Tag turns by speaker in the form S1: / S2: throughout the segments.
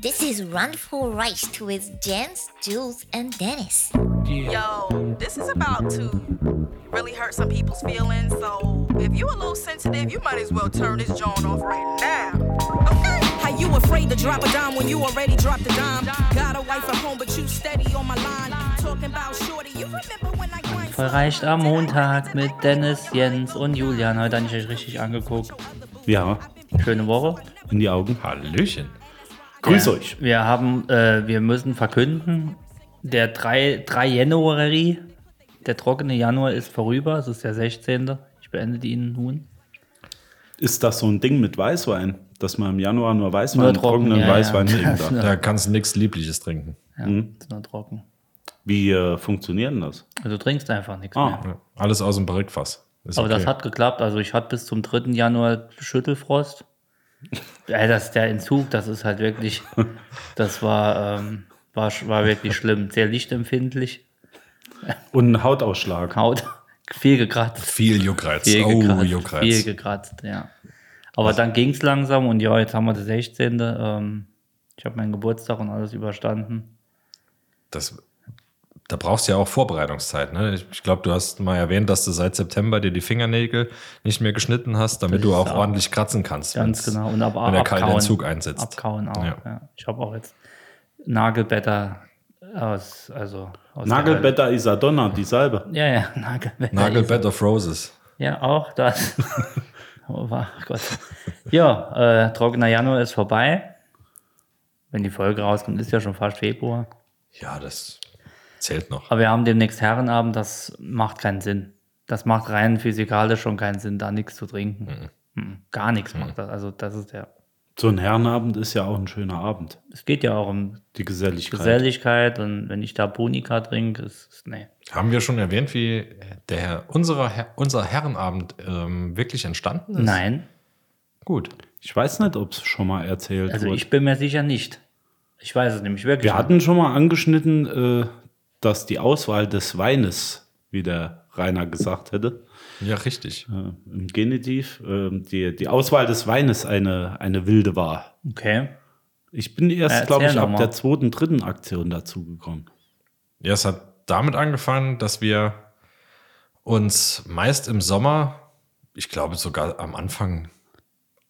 S1: This is Run for Rice with Jens, Jules, and Dennis.
S2: Yo, this is about to really hurt some people's feelings. So if you a little sensitive, you might as well turn this joint off right now. Okay?
S3: How you afraid to drop a dime when you already dropped a dime? Got a wife at home, but you steady on my line. Talking about shorty, you remember when I grind
S4: Verreicht am Montag mit Dennis, Jens und Julian. Heute habe ich euch richtig angeguckt.
S5: Ja,
S4: Schöne Woche.
S5: in die Augen.
S6: Hallöchen.
S5: Grüß
S4: Ja.
S5: euch.
S4: Wir haben, äh, wir müssen verkünden, der 3, 3 Januari, der trockene Januar ist vorüber, es ist der 16. Ich beende die Ihnen nun.
S5: Ist das so ein Ding mit Weißwein, dass man im Januar nur Weißwein,
S4: Nur trocken,
S5: trockenen
S4: ja,
S5: Weißwein
S4: ja.
S5: trinken darf?
S6: Da kannst du nichts Liebliches trinken.
S4: Ja, ist nur trocken.
S5: Wie äh, funktioniert denn das?
S4: Also du trinkst einfach nichts mehr.
S5: Ah,
S6: Ja. Alles aus dem Barrikfass. Ist
S4: Aber
S6: okay.
S4: das hat geklappt. Also ich hatte bis zum 3. Januar Schüttelfrost. Ey, das, der Entzug, das ist halt wirklich, das war, ähm, war, sch- war wirklich schlimm. Sehr lichtempfindlich.
S5: und ein Hautausschlag.
S4: Haut viel gekratzt.
S6: viel Juckreiz.
S4: Viel
S6: Oh,
S4: gekratzt.
S6: Juckreiz.
S4: Viel gekratzt, ja. Aber dann ging es langsam und ja, jetzt haben wir das 16. Ähm, ich habe meinen Geburtstag und alles überstanden.
S6: das, da brauchst du ja auch Vorbereitungszeit. Ne? Ich, ich glaube, du hast mal erwähnt, dass du seit September dir die Fingernägel nicht mehr geschnitten hast, damit du auch
S4: ist auch-
S6: ordentlich kratzen kannst.
S4: Ganz
S6: wenn's-
S4: genau. Und ab,
S6: wenn der kalte
S4: abkauen.
S6: Entzug einsetzt.
S4: Abkauen auch. Ja.
S6: Ja.
S4: Ich habe auch jetzt Nagelbetter aus, also aus der Hölle.
S5: Nagelbetter Isadonna, die Salbe.
S4: Ja, ja, Nagelbett.
S6: Nagelbed of Roses.
S4: Ja, auch das. oh, wa- Gott. Ja, äh, trockener Januar ist vorbei. Wenn die Folge rauskommt, ist ja schon fast Februar.
S6: Ja, das zählt noch.
S4: Aber wir haben demnächst Herrenabend, das macht keinen Sinn. Das macht rein physikalisch schon keinen Sinn, da nichts zu trinken. Mhm. Gar nichts macht das. Also, das ist der.
S5: So ein Herrenabend ist ja auch ein schöner Abend.
S4: Es geht ja auch um
S5: Die Geselligkeit.
S4: Geselligkeit und wenn ich da Punika trinke, ist es. Nee.
S6: Haben wir schon erwähnt, wie der, unserer, Her- unser Herrenabend ähm, wirklich entstanden ist?
S4: Nein,
S6: Gut.
S5: Ich weiß nicht, ob es schon mal erzählt
S4: also
S5: wurde.
S4: ich bin mir sicher nicht. Ich weiß es nämlich wirklich.
S5: Wir
S4: nicht.
S5: hatten schon mal angeschnitten, äh, dass die Auswahl des Weines, wie der Rainer gesagt hätte,
S6: Ja, richtig.
S5: äh, im Genitiv, äh, die, die Auswahl des Weines eine, eine wilde war.
S4: Okay.
S5: Ich bin
S4: Erzähl
S5: erst, glaube ich,
S4: noch
S5: ab
S4: mal.
S5: der zweiten, dritten Aktion dazugekommen.
S6: Ja, es hat damit angefangen, dass wir uns meist im Sommer, ich glaube sogar am Anfang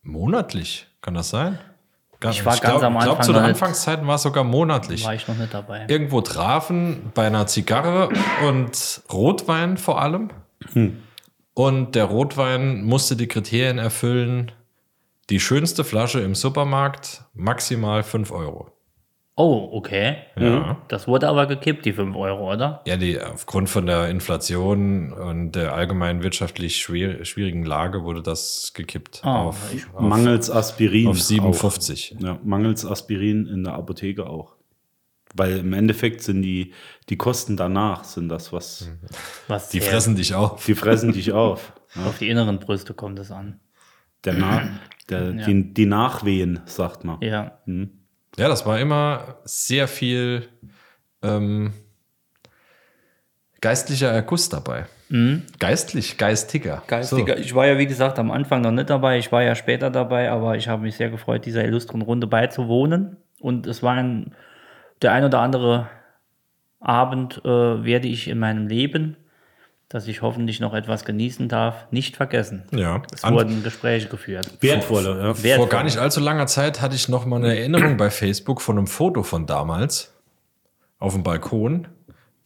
S6: monatlich, kann das sein? Ga-
S4: Ich war ganz am
S6: Ich glaube,
S4: Anfang
S6: zu den
S4: noch nicht.
S6: Anfangszeiten war es sogar monatlich.
S4: War ich noch nicht dabei.
S6: Irgendwo trafen bei einer Zigarre und Rotwein vor allem. Und der Rotwein musste die Kriterien erfüllen, die schönste Flasche im Supermarkt, maximal 5 Euro.
S4: Oh, okay.
S6: Ja.
S4: Das wurde aber gekippt, die 5 Euro, oder?
S6: Ja, die, aufgrund von der Inflation und der allgemeinen wirtschaftlich schwier schwierigen Lage wurde das gekippt
S4: Ah,
S6: auf, auf,
S5: Mangels Aspirin.
S6: auf
S5: auch.
S6: 57.
S5: Ja, mangels Aspirin in der Apotheke auch. Weil im Endeffekt sind die, die Kosten danach, sind das, was
S6: Mhm.
S4: Was
S6: Die
S4: sehr-
S6: fressen dich auf.
S5: die fressen dich auf. Ja,
S4: Auf die inneren Brüste kommt es an.
S5: der Na, der, die, die Nachwehen, sagt man.
S4: Ja.
S6: Ja, das war immer sehr viel ähm, geistlicher Erguss dabei. Geistlich, geistiger.
S4: Mhm. Geistiger. Ich war ja, wie gesagt, am Anfang noch nicht dabei. Ich war ja später dabei, aber ich habe mich sehr gefreut, dieser illustren Runde beizuwohnen. Und es war ein, der ein oder andere Abend, äh, werde ich in meinem Leben, dass ich hoffentlich noch etwas genießen darf, nicht vergessen.
S6: So. Ja,
S4: Es
S6: an,
S4: wurden Gespräche geführt.
S5: Wertvolle, ja.
S4: Wertvoll.
S6: vor gar nicht allzu langer Zeit hatte ich noch mal eine Erinnerung bei Facebook von einem Foto von damals auf dem Balkon.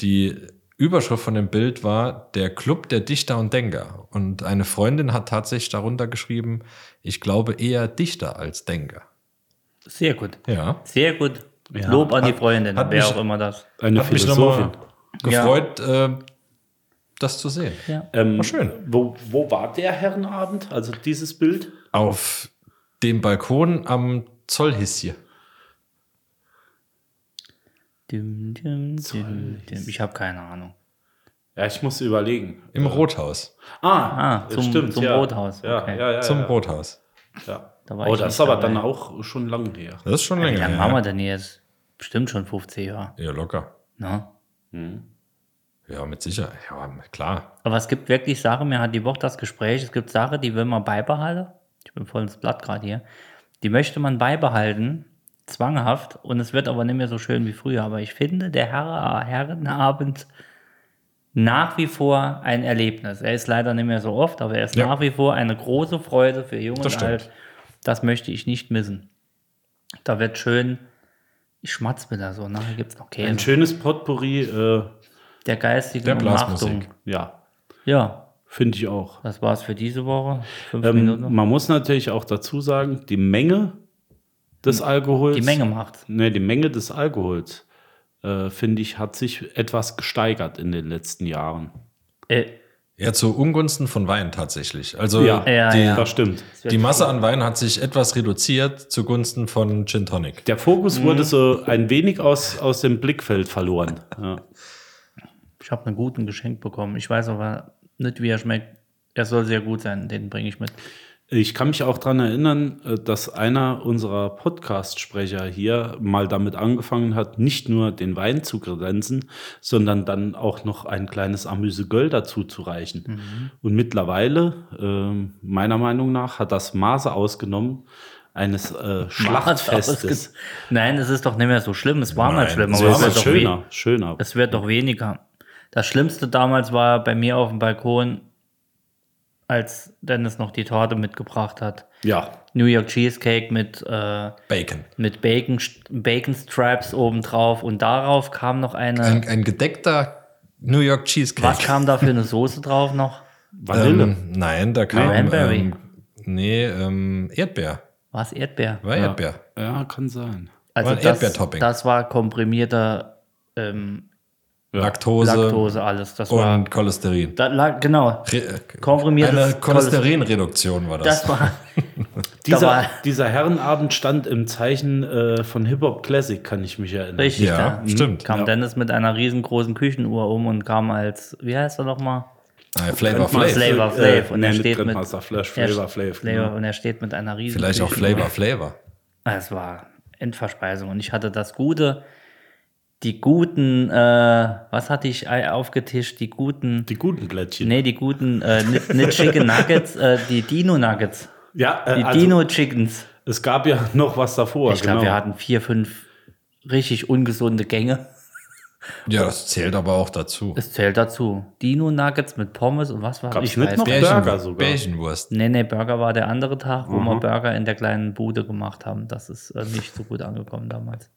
S6: Die Überschrift von dem Bild war der Club der Dichter und Denker. Und eine Freundin hat tatsächlich darunter geschrieben, ich glaube eher Dichter als Denker.
S4: Sehr gut.
S6: Ja.
S4: Sehr gut. Lob an die Freundin,
S6: hat
S4: wer
S6: mich-
S4: auch immer das.
S5: Eine
S6: Hat mich nochmal
S5: Philosophin.
S6: gefreut, äh, das zu sehen.
S4: Ja.
S5: Ähm,
S6: War schön.
S5: Wo, wo war der Herrenabend? Also dieses Bild?
S6: Auf dem Balkon am Zollhissie.
S4: Dim, dim, dim, dim. Ich habe keine Ahnung.
S5: Ja, ich muss überlegen.
S6: Im Rothaus.
S5: Ah,
S4: Ah, zum-
S5: stimmt,
S4: zum
S5: ja.
S4: Rothaus,
S5: Ja,
S4: okay.
S5: ja, ja,
S6: Zum
S5: ja.
S6: Rothaus.
S5: Ja.
S4: Da war
S5: oh,
S4: ich
S5: das ist
S4: nicht
S5: aber
S4: dabei.
S5: dann auch schon lange her.
S6: Das ist schon
S4: Wie
S6: länger.
S4: lange
S6: her,
S4: haben wir
S6: ja.
S4: denn jetzt? Bestimmt schon 15 Jahre.
S6: ja, locker.
S4: Ne?
S6: Ja, mit Sicherheit. Ja, klar.
S4: Aber es gibt wirklich Sachen, mir hat die Woche das Gespräch, es gibt Sachen, die will man beibehalten. Ich bin voll ins Blatt gerade hier. Die möchte man beibehalten, zwanghaft und es wird aber nicht mehr so schön wie früher. Aber ich finde, der Herr Herrenabend nach wie vor ein Erlebnis. Er ist leider nicht mehr so oft, aber er ist
S6: Ja.
S4: nach wie vor eine große Freude für Jung
S6: Das
S4: und
S6: stimmt.
S4: Alt. Das möchte ich nicht missen. Da wird schön, ich schmatz mir da so, nachher gibt es noch Käse.
S5: Ein schönes Potpourri, äh,
S4: der geistigen
S6: Der Blasmusik.
S4: Umnachtung.
S5: ja,
S4: Ja,
S5: finde ich auch.
S4: das war's für diese Woche. Fünf Minuten.
S5: Ähm,
S4: noch.
S5: man muss natürlich auch dazu sagen, die Menge des Alkohols.
S4: Die Menge macht's.
S5: Ne, die Menge des Alkohols, äh, finde ich, hat sich etwas gesteigert in den letzten Jahren.
S4: Äh,
S6: Ja, zu Ungunsten von Wein tatsächlich. Also
S4: Ja,
S5: die,
S4: ja.
S5: das stimmt.
S6: die Masse an Wein hat sich etwas reduziert zugunsten von Gin Tonic.
S5: Der
S4: Mhm.
S5: Fokus wurde so ein wenig aus, aus dem Blickfeld verloren. Ja.
S4: Ich habe einen guten Geschenk bekommen. Ich weiß aber nicht, wie er schmeckt. Er soll sehr gut sein, den bringe ich mit.
S5: Ich kann mich auch daran erinnern, äh, dass einer unserer Podcast-Sprecher hier mal damit angefangen hat, nicht nur den Wein zu kredenzen, sondern dann auch noch ein kleines Amüsegöl dazu zu reichen.
S4: Mhm.
S5: Und mittlerweile, ähm, meiner Meinung nach, hat das Maße ausgenommen eines äh, Schlachtfestes.
S4: Nein, es ist doch nicht mehr so schlimm. Es war mal
S6: Nein,
S4: schlimm,
S6: es
S4: aber
S6: war
S4: es
S5: Aber
S4: wird, doch
S5: schöner,
S4: we-
S5: schöner.
S4: es wird doch weniger. Das Schlimmste damals war bei mir auf dem Balkon, als Dennis noch die Torte mitgebracht hat.
S5: Ja,
S4: New York Cheesecake mit, äh,
S6: Bacon.
S4: mit Bacon, Bacon Stripes obendrauf und darauf kam noch eine.
S6: Ein, ein gedeckter New York Cheesecake.
S4: was kam da für eine Soße drauf noch?
S5: Vanille.
S6: Ähm, nein, da kam.
S4: Cranberry.
S6: Ähm, nee, ähm, Erdbeer.
S4: War es Erdbeer?
S6: War
S5: ja.
S6: Erdbeer.
S5: ja, kann sein.
S4: Also
S6: War ein
S4: das,
S6: Erdbeertopping.
S4: das war komprimierter ähm,
S6: Laktose,
S4: Laktose, alles. Das war.
S6: und Cholesterin.
S4: Da, la, genau.
S6: Re
S4: Komprimiertes
S6: eine Cholesterinreduktion war das.
S4: Das war. da
S5: Dieser,
S4: war
S5: dieser Herrenabend stand im Zeichen äh, von Hip-Hop Classic, kann ich mich erinnern.
S4: richtig.
S6: ja,
S4: da
S6: stimmt.
S4: kam Dennis mit einer riesengroßen Küchenuhr um und kam als, wie heißt er nochmal?
S6: Ah, Flavor
S5: Grandmaster-
S6: Flav.
S4: Flavor
S5: äh,
S4: Flav. Und
S5: nee,
S4: er
S5: nicht
S4: steht mit.
S5: Grandmaster Flav,
S4: er-
S5: Flavor Flav, genau.
S4: Und er steht mit einer riesen.
S6: Vielleicht auch
S4: Küchenuhr.
S6: Flavor Flavor.
S4: Ah, Es war Endverspeisung. Und ich hatte das Gute, die guten, äh, was hatte ich äh, aufgetischt? Die guten.
S5: Die guten Plättchen.
S4: Nee, die guten, äh, nicht, nicht Chicken Nuggets, äh, die Dino Nuggets.
S5: Ja,
S4: Die
S5: äh, also,
S4: Dino Chickens.
S5: es gab ja noch was davor. genau.
S4: Ich glaube, wir hatten vier, fünf richtig ungesunde Gänge.
S6: Ja, das zählt aber auch dazu.
S4: Es zählt dazu. Dino Nuggets mit Pommes und was war
S5: Gab's nicht noch?
S4: nicht.
S5: Burger sogar.
S6: Bärchenwurst.
S4: Nee, nee, Burger war der andere Tag, wo
S5: Mhm.
S4: wir Burger in der kleinen Bude gemacht haben. Das ist äh, nicht so gut angekommen damals.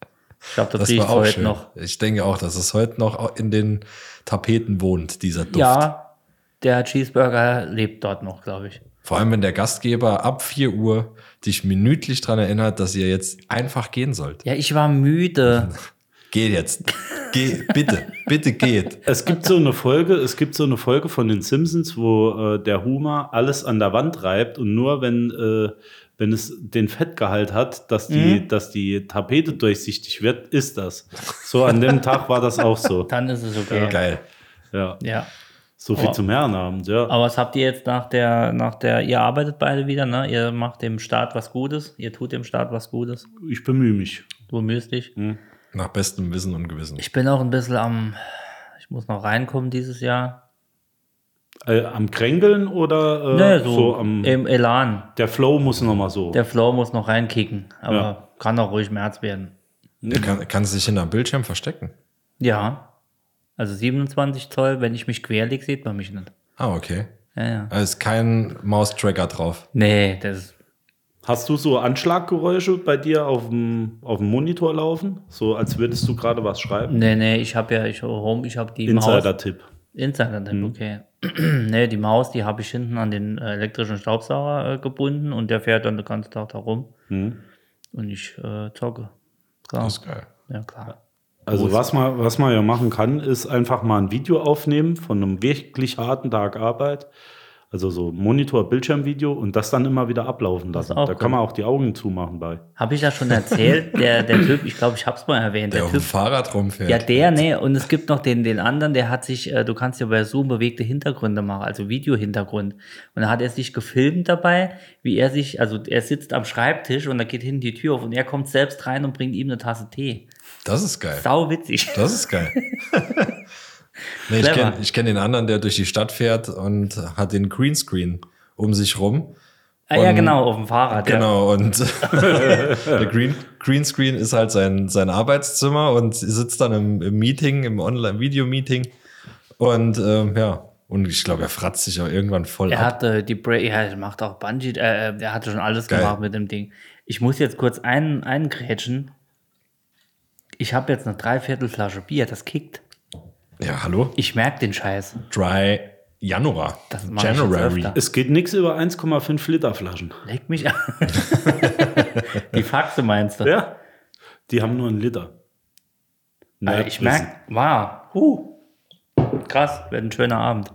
S4: Ich glaube, das,
S6: Das
S4: riecht
S6: war auch
S4: heute
S6: schön.
S4: noch.
S6: Ich denke auch, dass es heute noch in den Tapeten wohnt, dieser Duft.
S4: Ja, der Cheeseburger lebt dort noch, glaube ich.
S6: Vor allem, wenn der Gastgeber ab 4 Uhr dich minütlich daran erinnert, dass ihr jetzt einfach gehen sollt.
S4: Ja, ich war müde.
S6: Geht jetzt. Geh, bitte, bitte geht.
S5: Es gibt so eine Folge, es gibt so eine Folge von den Simpsons, wo äh, der Humor alles an der Wand reibt und nur wenn, äh, wenn es den Fettgehalt hat, dass die,
S4: Mhm.
S5: dass die Tapete durchsichtig wird, ist das. So an dem Tag war das auch so.
S4: Dann ist es okay.
S6: Geil.
S5: Ja.
S4: Ja.
S5: So viel
S4: Aber-
S5: zum Herrenabend, ja.
S4: Aber was habt ihr jetzt nach der, nach der, ihr arbeitet beide wieder, ne? Ihr macht dem Staat was Gutes, ihr tut dem Staat was Gutes.
S5: Ich bemühe mich. Hm.
S4: Du mühst dich.
S6: Nach bestem Wissen und Gewissen.
S4: Ich bin auch ein bisschen am, ich muss noch reinkommen dieses Jahr.
S5: Äh, am Kränkeln oder äh,
S4: Naja,
S5: so,
S4: Ne, so,
S5: am.
S4: im Elan.
S5: Der Flow muss nochmal so.
S4: Der Flow muss noch reinkicken, aber
S5: Ja.
S4: kann auch ruhig März werden.
S6: Du kann, kannst dich hinterm Bildschirm verstecken.
S4: Ja. Also 27 Zoll, wenn ich mich querleg, sieht man mich nicht.
S6: Ah, okay.
S4: Ja, ja.
S6: Da ist kein Maustracker drauf.
S4: Nee, das ist,
S5: Hast du so Anschlaggeräusche bei dir auf dem, auf dem Monitor laufen? So als würdest du gerade was schreiben?
S4: nee, nee, ich habe ja, ich Home, ich habe die im Haus.
S5: Insider-Tipp.
S4: Insider
S6: Mhm.
S4: Tipp, okay. nee, die Maus, die habe ich hinten an den äh, elektrischen Staubsauger äh, gebunden und der fährt dann den ganzen Tag da rum. Und ich äh, zocke. Klar.
S6: Mhm. Das ist geil.
S4: Ja, klar.
S5: Also was man, was man ja machen kann, ist einfach mal ein Video aufnehmen von einem wirklich harten Tag Arbeit. Also so Monitor-Bildschirmvideo und das dann immer wieder ablaufen lassen.
S4: auch
S5: Da
S4: gut.
S5: kann man auch die Augen zumachen bei.
S4: Habe ich das schon erzählt? der, der Typ, ich glaube, ich habe es mal erwähnt.
S6: Der,
S4: Der,
S6: auf dem
S4: Typ.
S6: Fahrrad rumfährt.
S4: Ja, der, nee, und es gibt noch den, den anderen, der hat sich, äh, du kannst ja bei Zoom bewegte Hintergründe machen, also Videohintergrund. Und da hat er sich gefilmt dabei, wie er sich, also er sitzt am Schreibtisch und da geht hinten die Tür auf und er kommt selbst rein und bringt ihm eine Tasse Tee.
S6: Das ist geil.
S4: Sau witzig.
S6: Das ist geil. nee, ich
S4: Clever.
S6: kenne ich kenn den anderen, der durch die Stadt fährt und hat den Greenscreen um sich rum
S4: Ah, ja, genau, auf dem Fahrrad. Ja.
S6: Genau, und der Green, Greenscreen ist halt sein, sein Arbeitszimmer und sie sitzt dann im, im Meeting, im Online-Video-Meeting. Und ähm, ja, und ich glaube, er fratzt sich auch irgendwann voll
S4: Er
S6: ab.
S4: hatte die Bra ja, er macht auch Bungee, äh, äh, er hatte schon alles
S6: Geil.
S4: gemacht mit dem Ding. Ich muss jetzt kurz einen, einen grätschen. Ich habe jetzt eine Dreiviertelflasche Bier, das kickt.
S6: Ja, hallo?
S4: Ich merke den Scheiß.
S6: Dry Januar.
S4: Das mache ich jetzt öfter.
S5: Es geht nichts über 1,5 Liter Flaschen.
S4: Leg mich an. die Faxe meinst du?
S5: Ja. Die haben nur einen Liter.
S4: Also ich merke, wow, huh. krass, wird ein schöner Abend.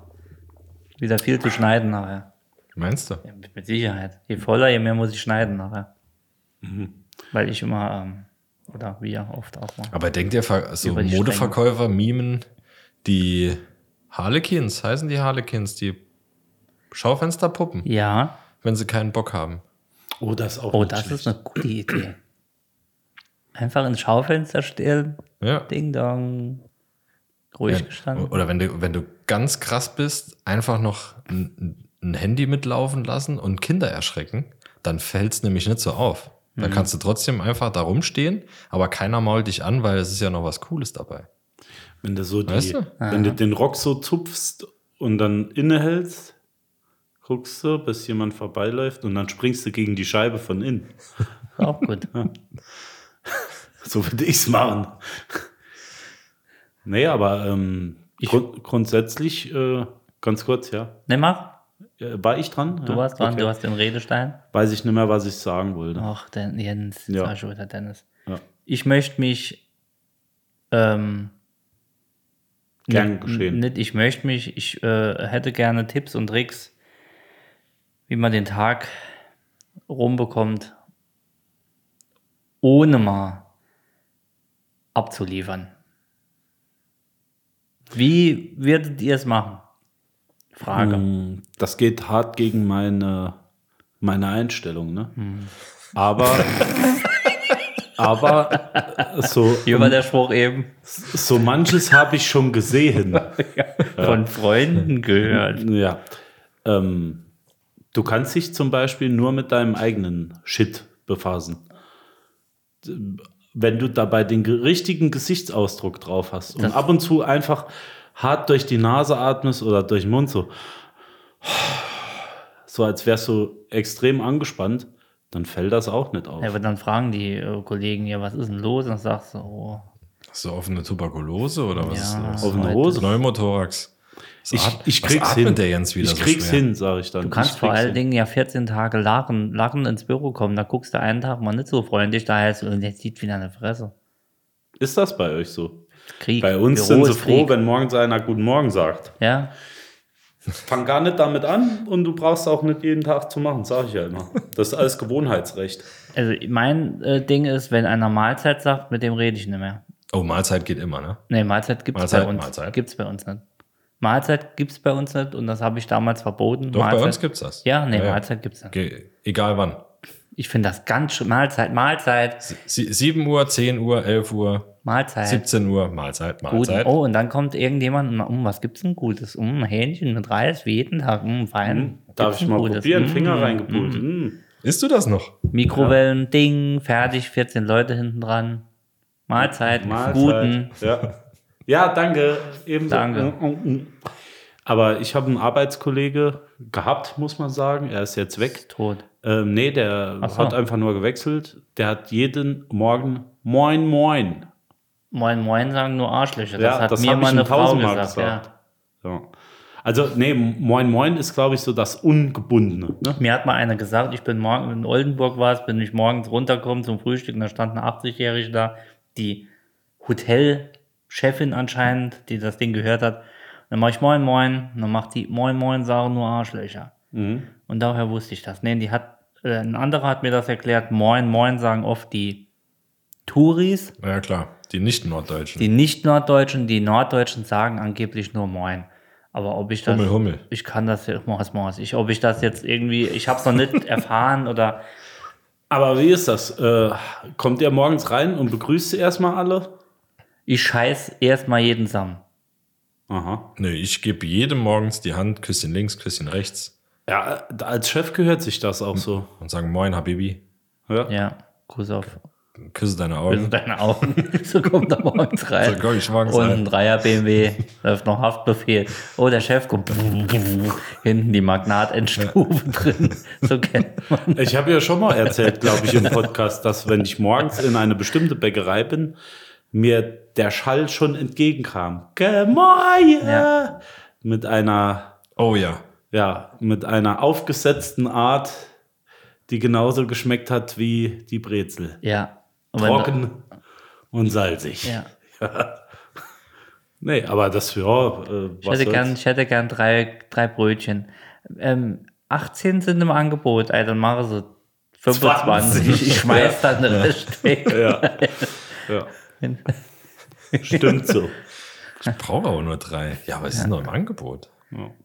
S4: Wieder viel zu schneiden nachher.
S6: Meinst du?
S4: Ja, mit mit Sicherheit. Je voller, je mehr muss ich schneiden nachher.
S6: Mhm.
S4: Weil ich immer, ähm, oder wir oft auch mal.
S6: Aber denkt ihr, ver- so
S4: Über die
S6: Modeverkäufer mimen die Harlequins, heißen die Harlequins, die Schaufensterpuppen,
S4: Ja,
S6: wenn sie keinen Bock haben?
S5: Oh, das ist auch
S4: oh,
S5: nicht
S4: das
S5: schlecht.
S4: ist eine gute Idee. Einfach ins Schaufenster stellen,
S6: Ja.
S4: Ding Dong. Ruhig
S6: Ja.
S4: gestanden.
S6: Oder wenn du, wenn du ganz krass bist, einfach noch ein, ein Handy mitlaufen lassen und Kinder erschrecken, dann fällt es nämlich nicht so auf.
S4: Mhm.
S6: Da kannst du trotzdem einfach da rumstehen, aber keiner mault dich an, weil es ist ja noch was Cooles dabei.
S5: Wenn du so die,
S6: Weißt du?
S5: wenn du den Rock so zupfst und dann innehältst, guckst du, bis jemand vorbeiläuft und dann springst du gegen die Scheibe von innen.
S4: Ist Auch gut.
S5: So würde ich es machen. Nee, aber ähm, grund grundsätzlich, äh, ganz kurz, ja.
S4: Nimm mal.
S5: Äh, War ich dran?
S4: Du
S5: ja?
S4: warst Ah. dran,
S5: Okay.
S4: du hast den Redestein.
S5: Weiß ich nicht mehr, was ich sagen wollte.
S4: Ach, den Jens,
S5: Ja.
S4: ja. war schon wieder Dennis.
S5: Ja.
S4: Ich möchte mich ähm,
S5: Gern
S4: nicht-
S5: geschehen.
S4: Nicht, ich möchte mich, ich äh, hätte gerne Tipps und Tricks, wie man den Tag rumbekommt, ohne mal abzuliefern. Wie würdet ihr es machen? Frage.
S5: Mm, Das geht hart gegen meine, meine Einstellung, ne? Aber, aber so,
S4: Hier war der Spruch eben
S5: so manches habe ich schon gesehen.
S4: von Freunden gehört.
S5: Ja. Ähm, du kannst dich zum Beispiel nur mit deinem eigenen Shit befassen. Wenn du dabei den ge- richtigen Gesichtsausdruck drauf hast und
S4: Das-
S5: ab und zu einfach hart durch die Nase atmest oder durch den Mund so, so als wärst du extrem angespannt, dann fällt das auch nicht auf.
S4: Ja, aber dann fragen die äh, Kollegen ja, was ist denn los? Und dann sagst du, oh,
S6: So offene Tuberkulose oder was
S4: Ja.
S6: ist los?
S5: Offene
S4: heute-
S5: Hose.
S6: Pneumothorax. Was
S5: Ich,
S6: at-
S5: ich
S6: was
S5: krieg's
S6: atmet
S5: hin.
S6: der Jens wieder
S5: ich
S6: so
S5: krieg's
S6: schwer?
S5: hin, sage ich dann.
S4: Du kannst
S5: ich
S4: vor
S5: krieg's
S4: allen
S5: hin.
S4: Dingen ja 14 Tage lachen, lachen ins Büro kommen. Da guckst du einen Tag mal nicht so freundlich, da heißt und jetzt sieht wieder eine Fresse.
S5: Ist das bei euch so?
S4: Krieg.
S5: Bei uns
S4: Büro
S5: sind sie
S4: ist
S5: froh,
S4: Krieg.
S5: wenn morgens einer Guten Morgen sagt.
S4: Ja,
S5: Fang gar nicht damit an und du brauchst auch nicht jeden Tag zu machen, sage ich ja immer. Das ist alles Gewohnheitsrecht.
S4: also mein äh, Ding ist, wenn einer Mahlzeit sagt, mit dem rede ich nicht mehr.
S6: Oh, Mahlzeit geht immer, ne?
S4: Nee, Mahlzeit gibt's
S6: Mahlzeit,
S4: bei uns.
S6: Mahlzeit.
S4: Gibt's bei uns nicht. Mahlzeit gibt's bei uns nicht und das habe ich damals verboten.
S6: Doch,
S4: Mahlzeit,
S6: bei uns gibt's das.
S4: Ja, nee, Mahlzeit gibt's nicht.
S6: Ge egal wann.
S4: Ich finde das ganz schön. Mahlzeit, Mahlzeit,
S6: Sie 7 Uhr, 10 Uhr, 11 Uhr,
S4: Mahlzeit.
S6: 17 Uhr, Mahlzeit,
S4: Äh. Guten.
S6: Mahlzeit.
S4: Oh, und dann kommt irgendjemand und um, was gibt's denn Gutes? Um, Hähnchen mit Reis, wie jeden Tag, um, fein.
S5: Hm, Darf
S4: Gibt's
S5: ich
S4: denn
S5: mal
S4: Gutes?
S5: probieren?
S4: Mm.
S5: Finger reingepult. Mm.
S6: Isst du das noch?
S4: Mikrowellen, Ding, fertig, 14 Leute hinten dran. Mahlzeit,
S5: Mahlzeit.
S4: guten.
S5: Ja. ja, danke. Ebenso.
S4: Danke.
S5: Mm, mm, mm. Aber ich habe einen Arbeitskollege gehabt, muss man sagen. Er ist jetzt weg.
S4: Tot.
S5: Ähm, nee, der
S4: so.
S5: hat einfach nur gewechselt. Der hat jeden Morgen Moin Moin.
S4: Moin, moin sagen nur Arschlöcher. Das
S5: Ja,
S4: hat
S5: das
S4: mir
S5: hab ich
S4: mal eine
S5: ihm
S4: Frau
S5: tausendmal
S4: gesagt.
S5: gesagt.
S4: Ja.
S5: Ja. Also, nee, Moin Moin ist, glaube ich, so das Ungebundene. Ne?
S4: Mir hat mal einer gesagt, ich bin morgen in Oldenburg war es, bin ich morgens runtergekommen zum Frühstück und da stand eine 80-Jährige da, die Hotelchefin anscheinend, die das Ding gehört hat. Und dann mache ich Moin Moin, und dann macht die Moin Moin sagen nur Arschlöcher.
S5: Mhm.
S4: Und daher wusste ich das. Nee, die hat, äh, ein anderer hat mir das erklärt, Moin Moin sagen oft die Touris,
S6: Ja, klar. Die nicht-Norddeutschen.
S4: die Nicht-Norddeutschen, die Norddeutschen sagen angeblich nur Moin. Aber ob ich das.
S6: Hummel, Hummel.
S4: Ich kann das jetzt. Moas, Moas. Ich, ob ich das jetzt irgendwie. Ich habe es noch nicht erfahren oder.
S5: Aber wie ist das? Äh, kommt ihr morgens rein und begrüßt sie erstmal alle?
S4: Ich scheiß erstmal jeden Sam.
S5: Aha.
S6: Nö, ich gebe jedem morgens die Hand, Küsschen links, Küsschen rechts.
S5: Ja, als Chef gehört sich das auch so.
S6: und sagen, moin, Habibi,
S5: Ja.
S4: Ja, Gruß auf
S6: küsse deine
S4: Küsse
S6: Augen.
S4: deine Augen. so kommt er morgens rein.
S6: So komm ich morgens
S4: Und
S6: rein.
S4: ein Dreier BMW läuft noch Haftbefehl. Oh, der Chef kommt. Hinten die Magnatendstufe drin. So kennt man.
S5: Ich habe ja schon mal erzählt, glaube ich, im Podcast, dass wenn ich morgens in eine bestimmte Bäckerei bin, mir der Schall schon entgegenkam. Gemäuer!
S4: Ja.
S5: Mit einer,
S6: Oh ja.
S5: ja, mit einer aufgesetzten Art, die genauso geschmeckt hat wie die Brezel.
S4: Ja. Und wenn-
S5: Trocken und salzig.
S4: Ja.
S5: Nee, aber das für ja, äh,
S4: Ich hätte,
S5: soll's?
S4: gern, ich hätte gern drei, drei Brötchen. Ähm, 18 sind im Angebot, ey, dann mache sie 25.
S5: 20.
S4: Ich schmeiß dann den Rest weg.
S5: Ja. Stimmt so.
S6: Ich brauche aber nur drei. Ja, aber es ist noch im Angebot.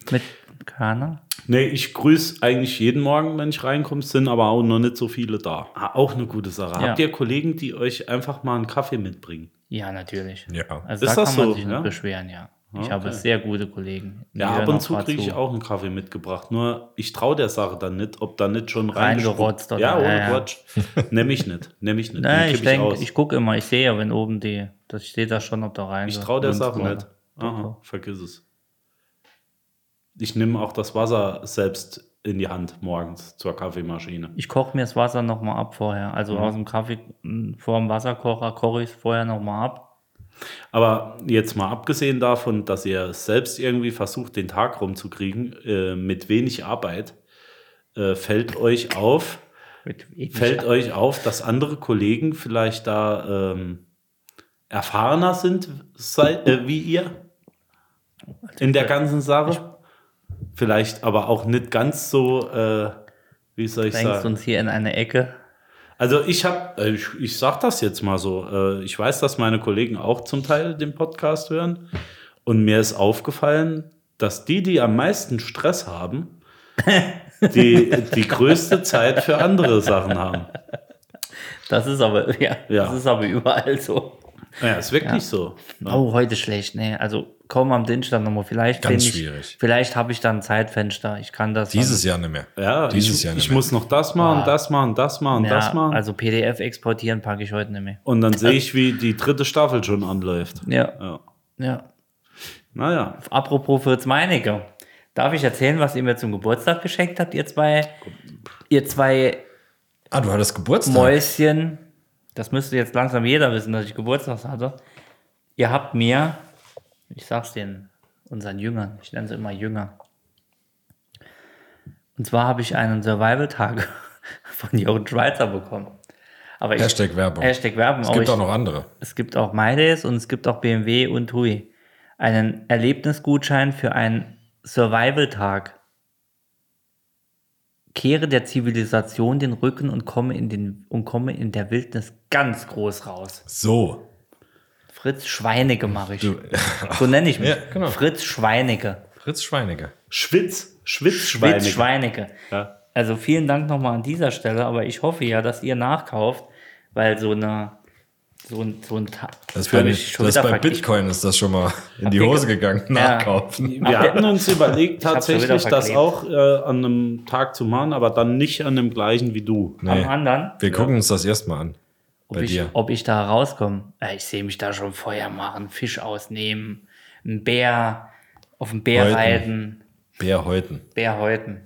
S4: Mit Körner?
S5: Nee, ich grüße eigentlich jeden Morgen, wenn ich reinkomme, Es sind aber auch noch nicht so viele da. Ah, auch eine gute Sache.
S4: Ja.
S5: Habt ihr Kollegen, die euch einfach mal einen Kaffee mitbringen?
S4: Ja, natürlich.
S6: Ja.
S4: Also
S5: Ist
S4: da
S5: das
S4: kann man
S5: so,
S4: sich
S5: ja?
S4: nicht beschweren, ja. Ich habe sehr gute Kollegen. Die
S5: Ja, ab
S4: hören
S5: und zu
S4: grad
S5: kriege ich auch einen Kaffee mitgebracht. Nur ich traue der Sache dann nicht, ob da nicht schon
S4: Reingerotzt
S5: reingespuckt-
S4: oder- ja,
S5: Ja, ohne
S4: ja.
S5: Quatsch. Nehm ich nicht. Nehm ich nicht. Den
S4: Nein,
S5: kipp
S4: ich denke,
S5: aus.
S4: ich gucke immer, ich sehe ja, wenn oben die, das steht da schon, ob da rein
S5: Ich
S4: wird.
S5: traue der
S4: Und
S5: Sache
S4: so weiter.
S5: nicht. Aha, vergiss es. Ich nehme auch das Wasser selbst in die Hand morgens zur Kaffeemaschine.
S4: Ich koche mir das Wasser nochmal ab vorher.
S5: Mhm.
S4: Also aus dem Kaffee, m, vor dem Wasserkocher koche ich es vorher nochmal ab.
S5: Aber jetzt mal abgesehen davon, dass ihr selbst irgendwie versucht, den Tag rumzukriegen, äh, mit wenig Arbeit, äh, fällt euch auf,
S4: Mit
S5: fällt euch auf, dass andere Kollegen vielleicht da ähm, erfahrener sind sei, äh, wie ihr in der ganzen Sache. Vielleicht aber auch nicht ganz so, äh, wie soll ich
S4: Drängst
S5: sagen.
S4: uns hier in eine Ecke.
S5: Also ich habe, ich, ich sag das jetzt mal so, äh, ich weiß, dass meine Kollegen auch zum Teil den Podcast hören und mir ist aufgefallen, dass die, die am meisten Stress haben, die, die größte Zeit für andere Sachen haben.
S4: Das ist aber, ja,
S5: Ja.
S4: das ist aber überall so.
S5: Ja, ist wirklich so. Ja.
S4: Oh, heute schlecht, nee. Also kaum am Dienstag nochmal. Vielleicht bin
S6: Ganz
S4: ich,
S6: schwierig.
S4: Vielleicht habe ich dann ein Zeitfenster. Ich kann das.
S6: Dieses Jahr nicht mehr.
S5: Ja,
S6: Dieses
S5: ich,
S6: Jahr nicht
S5: ich
S6: mehr.
S5: muss noch das machen, das machen, das machen,
S4: dann, ja,
S5: das machen.
S4: Also PDF exportieren packe ich heute nicht mehr.
S5: und dann sehe ich, wie die dritte Staffel schon anläuft.
S4: Ja,
S5: Ja.
S4: ja.
S5: Naja,
S4: Apropos Fritz Meinecke. Darf ich erzählen, was ihr mir zum Geburtstag geschenkt habt, ihr zwei, ihr zwei
S6: Ah, du hattest Geburtstag.
S4: Mäuschen? Das müsste jetzt langsam jeder wissen, dass ich Geburtstag hatte. Ihr habt mir, ich sag's den unseren Jüngern, ich nenne sie immer Jünger. Und zwar habe ich einen Survival-Tag von Jochen Schweizer bekommen. Aber ich,
S6: Hashtag Werbung.
S4: Hashtag Werbung.
S6: Es
S4: aber
S6: gibt
S4: ich-
S6: auch noch andere.
S4: es gibt auch MyDays und es gibt auch BMW und Hui. Einen Erlebnisgutschein für einen Survival-Tag. Kehre der Zivilisation den Rücken und komme, in den, und komme in der Wildnis ganz groß raus.
S6: So.
S4: Fritz Schweinecke mache ich. So nenne ich mich.
S6: Ja, genau.
S4: Fritz Schweinecke.
S6: Fritz Schweinecke.
S5: Schwitz, Schwitzschweine.
S4: Fritz Schweinecke.
S5: Ja.
S4: Also vielen Dank nochmal an dieser Stelle, aber ich hoffe ja, dass ihr nachkauft, weil so eine so ein, so ein Ta-
S6: Das,
S4: Hab
S6: bei,
S4: ich schon
S6: das
S4: wieder
S6: bei
S4: verge-
S6: Bitcoin ist das schon mal in die Hose gegangen.
S4: Ja.
S6: Nachkaufen.
S5: Wir hatten uns überlegt,
S4: Ich hab's schon wieder
S5: tatsächlich das
S4: verklebt.
S5: auch äh, an einem Tag zu machen, aber dann nicht an dem gleichen wie du.
S4: Am
S6: Nee.
S4: anderen
S6: Wir gucken uns das erstmal an.
S4: ob,
S6: Bei
S4: ich,
S6: dir.
S4: ob ich da rauskomme. Äh, Ich sehe mich da schon Feuer machen, Fisch ausnehmen, einen Bär, auf den Bär
S6: Häuten.
S4: reiten,
S6: Bär häuten.
S4: Bär häuten,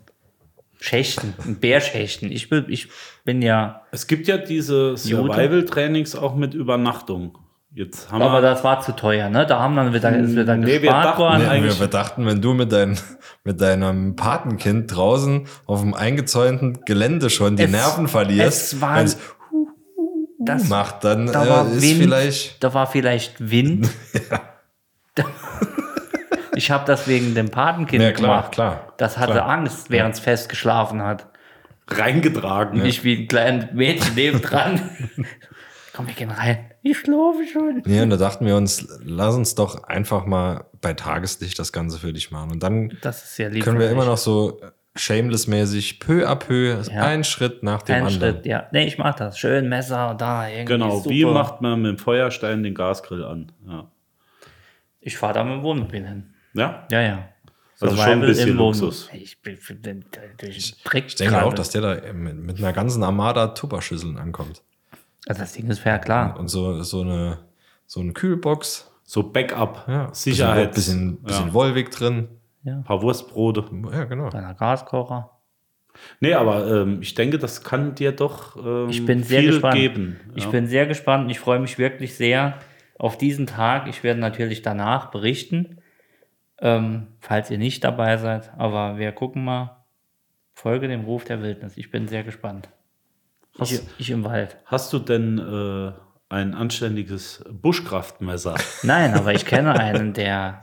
S4: schächten, einen Bär schächten. Ich, will, ich bin ja,
S5: Es gibt ja diese Survival-Trainings auch mit Übernachtung. Jetzt haben
S4: aber
S5: wir.
S4: das war zu teuer, ne? Da haben dann wieder, ist wieder
S5: Nee, wir
S4: gespart
S5: dachten-
S4: worden.
S5: Nee.
S6: Ja, wir
S5: eigentlich-
S6: verdachten, wenn du mit, dein, mit deinem Patenkind draußen auf dem eingezäunten Gelände schon die
S4: Es-
S6: Nerven verlierst,
S4: es waren-
S6: wenn's
S4: Das,
S6: macht, dann
S4: da war
S6: äh, ist
S4: Wind,
S6: vielleicht.
S4: Da war vielleicht Wind. ich habe das wegen dem Patenkind
S6: Ja, klar,
S4: gemacht.
S6: klar,
S4: Das hatte
S6: klar.
S4: Angst, während es fest geschlafen hat.
S5: Reingetragen.
S4: Ich wie ein kleines Mädchen nebendran. Komm, wir gehen rein. Ich schlafe schon.
S6: Nee, und da dachten wir uns, lass uns doch einfach mal bei Tageslicht das Ganze für dich machen. Und dann
S4: Das ist sehr lieb.
S6: können wir
S4: von
S6: immer
S4: euch.
S6: noch so äh, shameless-mäßig peu à peu,
S4: Ja.
S6: einen Schritt nach dem
S4: einen
S6: anderen.
S4: Schritt, ja. Nee, ich mach das. Schön Messer da. Irgendwie
S5: Genau,
S4: super.
S5: wie macht man mit dem Feuerstein den Gasgrill an? Ja.
S4: Ich fahre da mit dem Wohnmobil hin.
S5: ja?
S4: Ja, ja.
S5: Also schon ein bisschen Luxus.
S4: Ich bin für den, durch den
S6: Ich denke auch, dass der da mit, mit einer ganzen Armada Tupperschüsseln ankommt.
S4: Also das Ding ist fair, klar.
S6: Und so, so, eine, so eine Kühlbox.
S5: So Backup,
S6: Ja,
S5: Sicherheit.
S6: Bisschen, bisschen, bisschen
S5: ja.
S6: Wollweg drin.
S5: Ein paar Wurstbrote.
S6: Ja, genau.
S4: Kleiner Gaskocher.
S5: Nee, aber ähm, ich denke, das kann dir doch ähm,
S4: Ich bin sehr
S5: viel
S4: gespannt.
S5: geben. Ja.
S4: Ich bin sehr gespannt und ich freue mich wirklich sehr auf diesen Tag. Ich werde natürlich danach berichten, ähm, falls ihr nicht dabei seid. Aber wir gucken mal. Folge dem Ruf der Wildnis. Ich bin sehr gespannt. Ich, ich im Wald.
S5: Hast du denn äh, ein anständiges Buschkraftmesser?
S4: Nein, aber ich kenne einen, der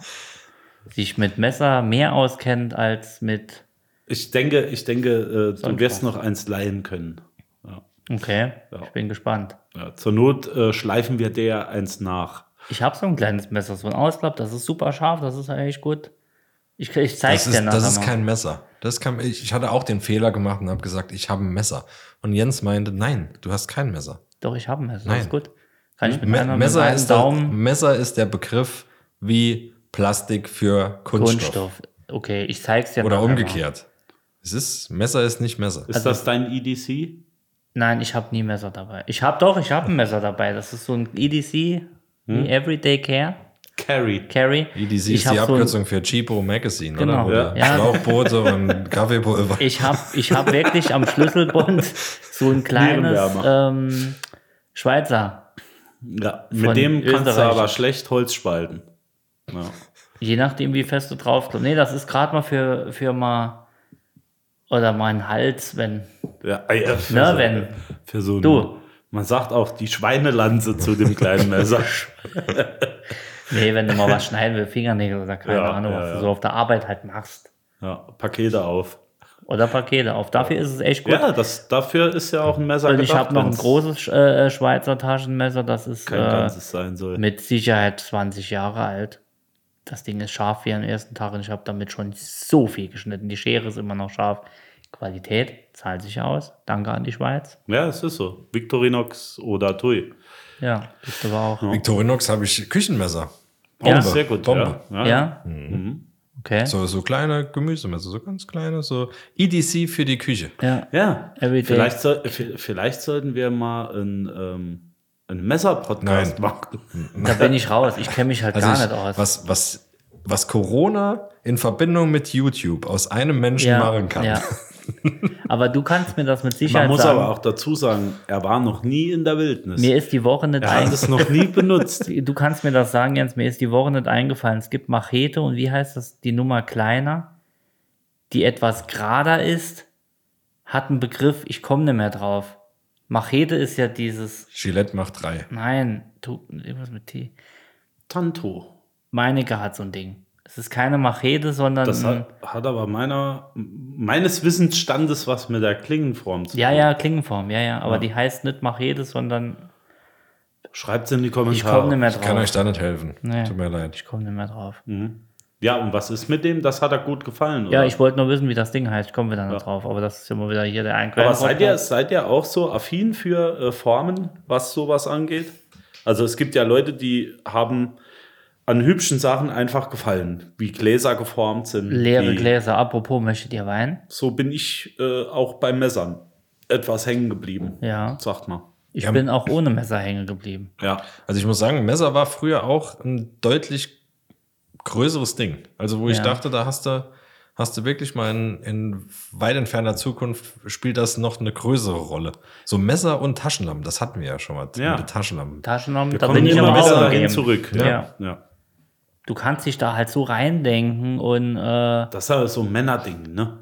S4: sich mit Messer mehr auskennt als mit.
S5: ich denke, ich denke, äh, du
S4: Sonst was.
S5: wirst noch eins leihen können.
S4: Okay,
S5: Ja.
S4: ich bin gespannt.
S5: Ja, zur Not äh, schleifen wir dir eins nach.
S4: Ich habe so ein kleines Messer, so ein Ausklapp, das ist super scharf, das ist eigentlich gut. Ich, ich zeig's
S6: Das ist,
S4: dir nachher
S6: das ist
S4: mal.
S6: kein Messer. Das kann, ich, ich hatte auch den Fehler gemacht und habe gesagt, ich habe ein Messer. Und Jens meinte, nein, du hast kein Messer.
S4: Doch, ich habe ein Messer.
S6: Nein.
S4: Ist gut. Kann ich mit,
S6: Me
S4: einer, mit
S6: Messer,
S4: einem
S6: ist halt der,
S4: Daumen
S6: Messer ist der Begriff wie Plastik für Kunststoff.
S4: Kunststoff. Okay, ich zeig's dir
S6: Oder
S4: nachher mal.
S6: umgekehrt. Es ist, Messer ist nicht Messer.
S4: Also
S5: Ist das dein E EDC?
S4: Nein, ich habe nie Messer dabei. Ich habe doch, ich habe ein Messer dabei. Das ist so ein EDC,
S5: Hm?
S4: wie Everyday Care,
S5: Carry.
S4: Carry.
S6: EDC
S4: ich
S6: E ist die
S4: hab so
S6: Abkürzung für Cheapo Magazine,
S4: Genau.
S6: oder? Oder
S4: Ja. Ja.
S6: Schlauchboote und Kaffeepulver.
S4: Ein, ich habe ich hab wirklich am Schlüsselbund so ein kleines
S5: Nierenwärmer.
S4: ähm, Schweizer.
S5: Ja,
S4: Von
S5: mit dem kannst du
S4: Österreich.
S5: aber schlecht Holz spalten. Ja.
S4: Je nachdem, wie fest du drauf kommst. Nee, das ist gerade mal für, für mal oder mein Hals, wenn.
S5: Ja, ey, äh, für
S4: Na,
S5: so-
S4: wenn.
S5: Für so
S4: Du.
S5: du. Man sagt auch die Schweinelanze zu dem kleinen Messer.
S4: Nee, wenn du mal was schneiden willst, Fingernägel oder keine
S5: Ja,
S4: Ahnung,
S5: ja,
S4: was du
S5: ja.
S4: so auf der Arbeit halt machst.
S5: ja, Pakete auf.
S4: oder Pakete auf. Dafür ist es echt gut.
S5: Ja, das, dafür ist ja auch ein Messer
S4: und ich
S5: gedacht,
S4: habe noch ein
S5: wenn's
S4: großes äh, Schweizer Taschenmesser, das ist
S5: kein
S4: äh,
S5: ganzes sein soll.
S4: mit Sicherheit 20 Jahre alt. Das Ding ist scharf wie am ersten Tag und ich habe damit schon so viel geschnitten. Die Schere ist immer noch scharf. Qualität zahlt sich aus. Danke an die Schweiz.
S5: Ja, es ist so. Victorinox oder Tui.
S4: Ja, bist aber auch.
S6: Victorinox habe ich Küchenmesser.
S4: Ja.
S5: Sehr gut.
S6: Bombe.
S5: Ja.
S4: Ja?
S5: Ja.
S4: Okay.
S6: Mhm. So, so kleine Gemüsemesser, so ganz kleine, so EDC für die Küche.
S4: Ja.
S5: ja.
S4: Everyday.
S5: Vielleicht, soll, v- vielleicht sollten wir mal ein, ähm, ein Messer-Podcast
S6: Nein.
S5: machen.
S4: Da bin ich raus. Ich kenne mich halt
S6: Also
S4: gar
S6: ich,
S4: nicht aus.
S6: Was, was, was Corona in Verbindung mit YouTube aus einem Menschen
S4: ja,
S6: machen kann.
S4: Ja. Aber du kannst mir das mit Sicherheit
S5: Man muss
S4: sagen.
S5: aber auch dazu sagen, er war noch nie in der Wildnis.
S4: mir ist die Woche nicht
S5: er hat
S4: eingefallen.
S5: es noch nie benutzt.
S4: Du kannst mir das sagen, Jens. Mir ist die Woche nicht eingefallen. Es gibt Machete und wie heißt das? Die Nummer kleiner, die etwas gerader ist, hat einen Begriff. Ich komme nicht mehr drauf. Machete ist ja dieses.
S6: Gillette macht drei.
S4: Nein, tu, irgendwas mit T.
S5: Tanto.
S4: Meinecke hat so ein Ding. Es ist keine Machete, sondern.
S5: Das hat,
S4: Mhm.
S5: hat aber meiner, meines Wissensstandes was mit der Klingenform zu
S4: ja,
S5: tun.
S4: ja, Klingenform, ja, ja. Aber die heißt nicht Machete, sondern.
S5: Schreibt es in die
S4: Ich komme nicht
S5: Kommentare.
S4: mehr
S6: Ich kann euch
S4: drauf.
S6: da nicht helfen.
S4: Nee.
S6: Tut mir leid.
S4: Ich komme nicht mehr drauf.
S5: Ja, und was ist mit dem? Das hat er gut gefallen.
S4: Ja,
S5: oder?
S4: ich wollte nur wissen, wie das Ding heißt. Ich komme wieder nicht drauf. Aber das ist immer wieder hier der Einkauf.
S5: Aber seid ihr, seid ihr auch so affin für äh, Formen, was sowas angeht? Also es gibt ja Leute, die haben an hübschen Sachen einfach gefallen, wie Gläser geformt sind.
S4: Leere
S5: wie,
S4: Gläser. Apropos, möchtet ihr Wein?
S5: So bin ich äh, auch bei Messern etwas hängen geblieben.
S4: Ja.
S5: Sagt mal.
S4: Ich
S6: Ja.
S4: bin auch ohne Messer hängen geblieben.
S5: Ja.
S6: Also ich muss sagen, Messer war früher auch ein deutlich größeres Ding. Also wo ich
S4: Ja.
S6: dachte, da hast du, hast du wirklich mal in, in weit entfernter Zukunft spielt das noch eine größere Rolle. So Messer und Taschenlampen, das hatten wir ja schon mal.
S5: Ja.
S6: Mit den Taschenlampen.
S4: Taschenlampe,
S5: Wir
S4: da
S5: kommen
S4: bin ich
S5: immer
S4: aber
S5: wieder
S4: auch
S5: dahin
S4: daneben.
S5: zurück.
S4: Ja.
S5: ja. ja.
S4: Du kannst dich da halt so reindenken und äh,
S5: Das ist aber so ein Männerding, ne?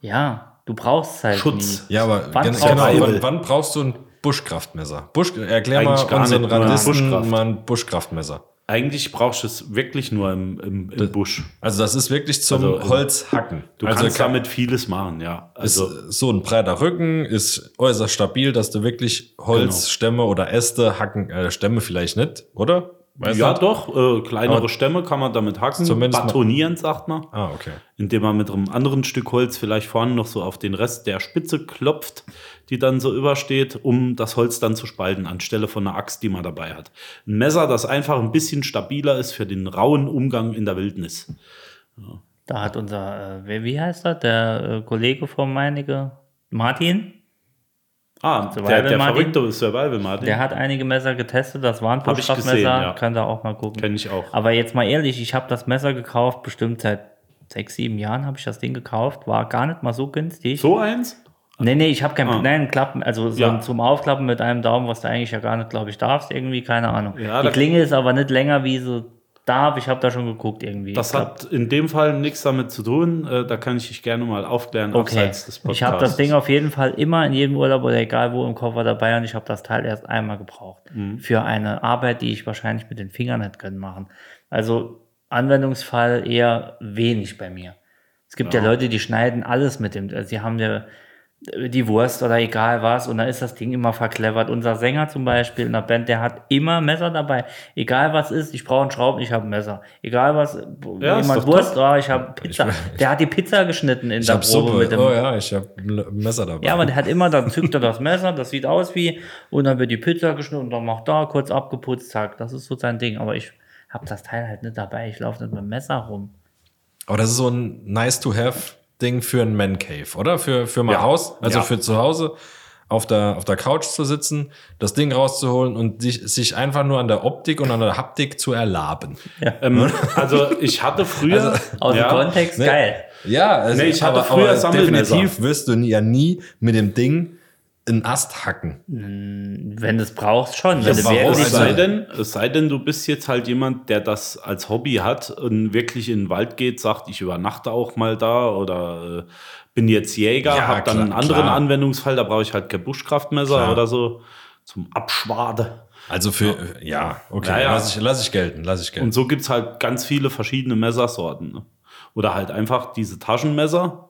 S4: ja, du brauchst es halt
S5: Schutz.
S4: Nie.
S6: Ja, aber
S4: Wann
S6: gen-
S4: brauchst
S6: genau,
S5: du-
S6: wann, wann brauchst du ein Buschkraftmesser? Busch, erklär
S5: Eigentlich
S6: mal
S5: gar
S6: unseren
S5: nicht, oder?
S6: Radisten
S5: Buschkraft.
S6: mal ein Buschkraftmesser.
S5: Eigentlich brauchst du es wirklich nur im, im, im Busch.
S6: Also das ist wirklich zum
S5: Also, äh,
S6: Holzhacken.
S5: Du
S6: also
S5: kannst
S6: ka-
S5: damit vieles machen, ja.
S6: ist äh,
S5: Also
S6: so ein breiter Rücken ist äußerst stabil, dass du wirklich
S5: Genau.
S6: Holzstämme oder Äste hacken, äh, Stämme vielleicht nicht, oder? Weißt
S5: ja,
S6: du?
S5: doch, äh, kleinere
S6: Aber-
S5: Stämme kann man damit hacken.
S6: Zumindest mal-
S5: Batonieren, sagt man.
S6: Ah, okay.
S5: Indem man mit einem anderen Stück Holz vielleicht vorne noch so auf den Rest der Spitze klopft, die dann so übersteht, um das Holz dann zu spalten, anstelle von einer Axt, die man dabei hat. Ein Messer, das einfach ein bisschen stabiler ist für den rauen Umgang in der Wildnis.
S4: Da hat unser, äh, wer- wie heißt er? Der äh, Kollege von Meinecke, Martin,
S5: Ah,
S4: Survival
S5: der, der
S4: Martin?
S5: verrückte Survival Martin.
S4: der hat einige Messer getestet. Das waren
S5: Hab ich gesehen, ja.
S4: Kann da auch mal gucken.
S5: Kenn ich auch.
S4: Aber jetzt mal ehrlich, ich habe das Messer gekauft, bestimmt seit sechs, sieben Jahren habe ich das Ding gekauft. War gar nicht mal so günstig.
S5: so eins?
S4: Nee, nee, ich habe kein
S5: Ah.
S4: nein, Klappen, also so
S5: Ja.
S4: ein zum Aufklappen mit einem Daumen, was du eigentlich ja gar nicht, glaube ich, darfst, irgendwie, keine Ahnung.
S5: Ja,
S4: die
S5: da-
S4: Klinge ist aber nicht länger, wie sie darf. Ich habe da schon geguckt irgendwie.
S5: Das
S4: Ich glaub,
S5: hat in dem Fall nichts damit zu tun. Äh, Da kann ich dich gerne mal aufklären
S4: okay.
S5: abseits des Podcasts.
S4: Ich habe das Ding auf jeden Fall immer in jedem Urlaub oder egal wo im Koffer dabei und ich habe das Teil erst einmal gebraucht.
S5: Mhm.
S4: Für eine Arbeit, die ich wahrscheinlich mit den Fingern hätte können machen. Also Anwendungsfall eher wenig bei mir. Es gibt ja, Leute, die schneiden alles mit dem. also Sie haben ja äh, die Wurst oder egal was und da ist das Ding immer verklevert. Unser Sänger zum Beispiel in der Band, der hat immer ein Messer dabei. Egal was ist, ich brauche einen Schrauben, ich habe ein Messer. Egal was,
S5: Ja, ist
S4: jemand
S5: doch
S4: Wurst, ah, ich habe Pizza. der hat die Pizza geschnitten in
S6: Ich
S4: der
S6: hab
S4: Probe
S6: Suppe.
S4: mit dem.
S6: Oh ja, ich hab ein Messer dabei.
S4: Ja, aber der hat immer, dann zückt er das Messer, das sieht aus wie, und dann wird die Pizza geschnitten und dann macht da kurz abgeputzt, zack. Das ist so sein Ding. Aber ich habe das Teil halt nicht dabei. Ich laufe nicht mit dem Messer rum.
S6: Aber das ist so ein Nice-to-have-Ding für ein Man-Cave, oder? Für, für mein Haus, also
S5: Ja.
S6: für zu Hause, auf der, auf der Couch zu sitzen, das Ding rauszuholen und sich, sich einfach nur an der Optik und an der Haptik zu erlaben.
S5: Ähm, also ich hatte früher.
S4: Also, Aus
S5: ja,
S4: dem Kontext,
S6: Ne?
S4: geil.
S6: Ja, also,
S5: Nee, ich hatte früher Sammelmesser.
S6: definitiv wirst du nie- ja nie mit dem Ding einen Ast hacken.
S4: Wenn du es brauchst, schon. Wenn
S5: Es
S4: du
S6: warum?
S5: sei,
S4: wirklich-
S5: Oh, es
S6: Also-
S5: sei denn, es sei denn, du bist jetzt halt jemand, der das als Hobby hat und wirklich in den Wald geht, sagt, ich übernachte auch mal da oder äh, bin jetzt Jäger,
S6: Ja,
S5: habe dann
S6: klar,
S5: einen anderen
S6: klar.
S5: Anwendungsfall, da brauche ich halt kein Buschkraftmesser
S6: Klar.
S5: oder so zum Abschwade.
S6: Also für, ja, okay,
S5: Ja, ja.
S6: Lass, ich, lass ich gelten, lass ich gelten.
S5: Und so gibt es halt ganz viele verschiedene Messersorten. Ne? Oder halt einfach diese Taschenmesser.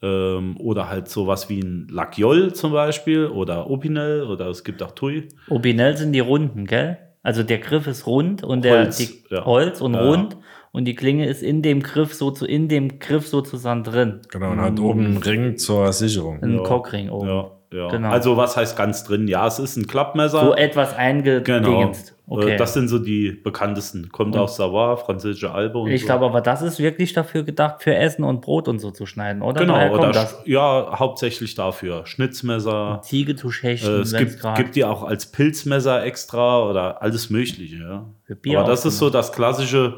S5: Ähm, oder halt sowas wie ein Lakiol zum Beispiel. Oder Opinel. Oder es gibt auch Tui.
S4: Obinell sind die Runden, gell? Also der Griff ist rund und der
S5: Holz,
S4: die,
S5: ja.
S4: Holz und
S5: Ja.
S4: rund und die Klinge ist in dem Griff so zu in dem Griff sozusagen drin.
S6: Genau, und
S5: Mhm.
S6: hat oben einen Ring zur Sicherung.
S4: Ein Cockring oben.
S5: Ja, ja.
S4: Genau.
S5: Also was heißt ganz drin? Ja, es ist ein Klappmesser.
S4: so etwas
S5: genau.
S4: eingedingst. Okay.
S5: Äh, Das sind so die bekanntesten. Kommt aus Savoie, französische Albe und
S4: ich
S5: so.
S4: glaube aber, das ist wirklich dafür gedacht, für Essen und Brot und so zu schneiden, oder? Daher
S5: Genau,
S4: kommt
S5: oder
S4: das.
S5: sch- ja, hauptsächlich dafür. Schnitzmesser.
S4: Ziege zu
S5: Äh,
S4: schächten,
S5: Es
S4: wenn's
S5: gibt,
S4: grad-
S5: gibt die auch als Pilzmesser extra oder alles Mögliche. Ja.
S4: Für Bier
S5: Aber das ist so das klassische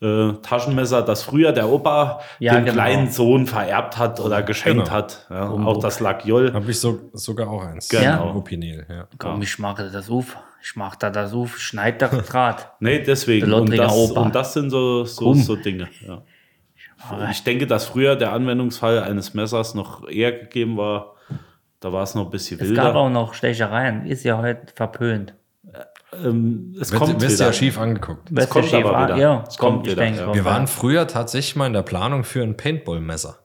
S5: äh, Taschenmesser, das früher der Opa
S4: Ja,
S5: dem
S4: genau.
S5: kleinen Sohn vererbt hat oder geschenkt
S6: Genau.
S5: hat. Ja. Auch das Lakiol.
S6: Habe ich so, sogar auch eins.
S5: Genau.
S6: Ein Opinel, ja.
S4: Komm, ich mach da das auf. Ich mach da das auf. Schneid da das Draht.
S5: Nee, deswegen.
S4: Der
S5: Und
S4: Lottringer
S5: das,
S4: Opa. Ah,
S5: und das sind so, so,
S4: Krumm.
S5: so Dinge. Ja. Ich denke, dass früher der Anwendungsfall eines Messers noch eher gegeben war. Da war es noch ein bisschen
S4: Es gab
S5: wilder.
S4: auch noch Stechereien. Ist ja heute verpönt.
S5: Es
S6: Wird, wirst ja
S5: wieder. Genau.
S6: schief angeguckt.
S4: Weißt du,
S5: kommt
S4: Chef,
S5: aber
S4: ah,
S5: wieder.
S4: Ja, kommt,
S5: Es kommt
S4: ich
S5: wieder,
S4: denke,
S5: ja.
S4: kommt.
S6: Wir waren früher tatsächlich mal in der Planung für ein Paintball-Messer.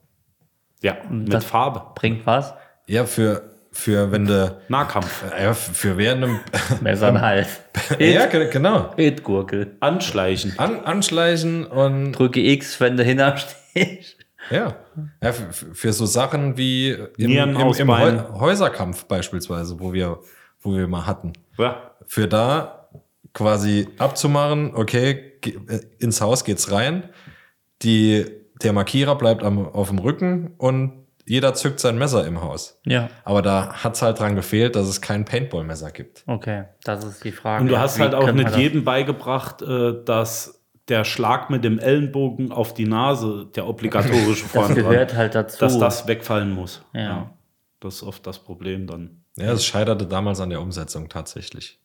S5: Ja, mit
S4: das-
S5: Farbe.
S4: Bringt was?
S6: Ja, für, für wenn du,
S5: Nahkampf.
S6: äh, ja, für während einem,
S4: Messer in den Hals.
S6: ja, ge- genau,
S4: Bildgurke.
S5: Anschleichen.
S6: An, anschleichen und,
S4: Drücke X, wenn du hinterstehst.
S6: ja, ja für, für so Sachen wie im,
S5: Nieren
S6: im,
S5: aus
S6: im
S5: Bein.
S6: Heu- Häuserkampf beispielsweise, wo wir, wo wir mal hatten.
S5: Ja.
S6: Für da quasi abzumachen, okay, ge- äh, ins Haus geht's rein, die, der Markierer bleibt am, auf dem Rücken und jeder zückt sein Messer im Haus.
S4: Ja.
S6: Aber da hat's halt dran gefehlt, dass es kein Paintball-Messer gibt.
S4: Okay, das ist die Frage.
S5: Und du hast
S4: Wie
S5: halt auch
S4: können wir
S5: nicht
S4: das-
S5: jedem beigebracht, äh, dass der Schlag mit dem Ellenbogen auf die Nase, der obligatorische
S4: Das
S5: vorne dran,
S4: gehört halt dazu.
S5: dass das wegfallen muss.
S4: Ja.
S5: Das ist oft das Problem dann.
S6: Ja, es scheiterte damals an der Umsetzung tatsächlich.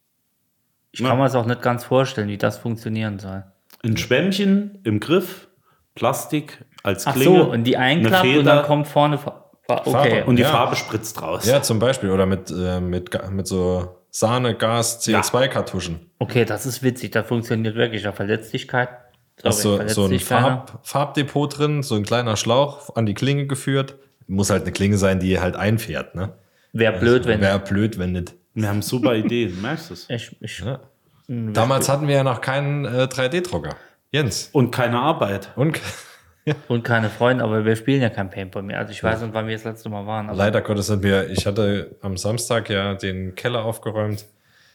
S4: ich kann mir das auch nicht ganz vorstellen, wie das funktionieren soll.
S5: Ein Schwämmchen im Griff, Plastik als
S4: Ach
S5: Klinge.
S4: so, und die
S5: eine
S4: einklappt
S5: Feder,
S4: und dann kommt vorne. Fa- Fa- Okay.
S5: und die
S6: Ja.
S5: Farbe spritzt raus.
S6: Ja, zum Beispiel. Oder mit, äh, mit, Ga- mit so Sahne, Gas, CO2-Kartuschen.
S4: okay, das ist witzig. Das funktioniert wirklich. Ja, Verletzlichkeit. Sorry,
S6: Hast du so ein
S4: verletzt dich keiner.
S6: Farb, Farbdepot drin, so ein kleiner Schlauch an die Klinge geführt. Muss halt eine Klinge sein, die halt einfährt, ne?
S4: Wär blöd, wenn.
S6: Wäre blöd, wenn nicht.
S5: Wir haben super Ideen, merkst du es?
S4: ich, ich,
S6: Ja. Damals hatten wir ja noch keinen äh, 3D-Drucker. Jens.
S5: Und keine Arbeit.
S6: Und
S4: Und keine Freunde, aber wir spielen ja kein Paintball mehr. Also ich weiß nicht, wann wir das letzte Mal waren. Aber
S6: leider Gottes sind wir, ich hatte am Samstag ja den Keller aufgeräumt.